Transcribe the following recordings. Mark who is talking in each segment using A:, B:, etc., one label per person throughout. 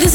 A: this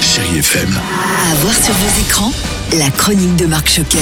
B: Chérie FM.
C: À voir sur vos écrans, la chronique de Marc Choquet.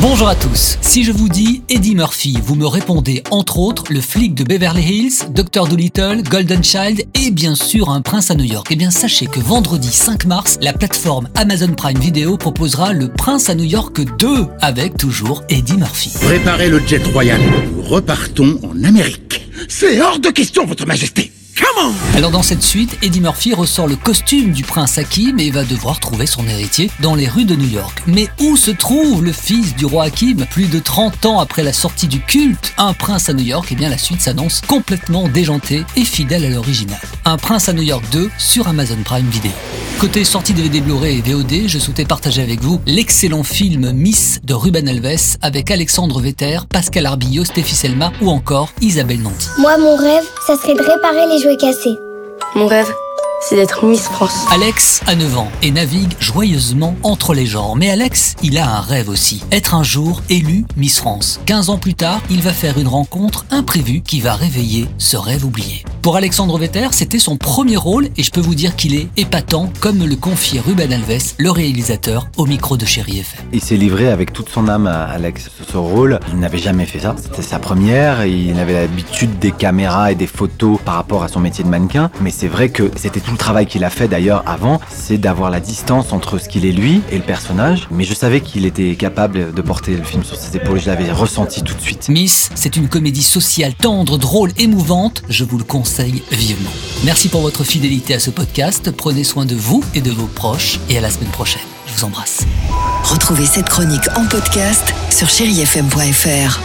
D: Bonjour à tous. Si je vous dis Eddie Murphy, vous me répondez entre autres le flic de Beverly Hills, Dr. Dolittle, Golden Child et bien sûr un prince à New York. Eh bien sachez que vendredi 5 mars, la plateforme Amazon Prime Video proposera le prince à New York 2 avec toujours Eddie Murphy.
B: Préparez le jet royal. Nous repartons en Amérique. C'est hors de question, Votre Majesté. Come on
D: Alors dans cette suite, Eddie Murphy ressort le costume du prince Hakim et va devoir trouver son héritier dans les rues de New York. Mais où se trouve le fils du roi Hakim Plus de 30 ans après la sortie du culte Un prince à New York, et bien la suite s'annonce complètement déjantée et fidèle à l'original. Un prince à New York 2 sur Amazon Prime Video. Côté sortie DVD Blu-ray et VOD, je souhaitais partager avec vous l'excellent film Miss de Ruben Alves avec Alexandre Vetter, Pascal Arbillot, Stéphie Selma ou encore Isabelle Nanty.
E: Moi, mon rêve, ça serait de réparer les jouets cassés.
F: Mon rêve, c'est d'être Miss France.
D: Alex a 9 ans et navigue joyeusement entre les genres. Mais Alex, il a un rêve aussi. Être un jour élu Miss France. 15 ans plus tard, il va faire une rencontre imprévue qui va réveiller ce rêve oublié. Pour Alexandre Vetter, c'était son premier rôle et je peux vous dire qu'il est épatant, comme me le confiait Ruben Alves, le réalisateur, au micro de Chéri FM.
G: Il s'est livré avec toute son âme à Alex sur ce rôle. Il n'avait jamais fait ça. C'était sa première. et Il avait l'habitude des caméras et des photos par rapport à son métier de mannequin. Mais c'est vrai que c'était tout le travail qu'il a fait d'ailleurs avant, c'est d'avoir la distance entre ce qu'il est lui et le personnage. Mais je savais qu'il était capable de porter le film sur ses épaules. Je l'avais ressenti tout de suite.
D: Miss, c'est une comédie sociale tendre, drôle, émouvante. Je vous le conseille vivement. Merci pour votre fidélité à ce podcast. Prenez soin de vous et de vos proches. Et à la semaine prochaine. Je vous embrasse.
C: Retrouvez cette chronique en podcast sur chérifm.fr.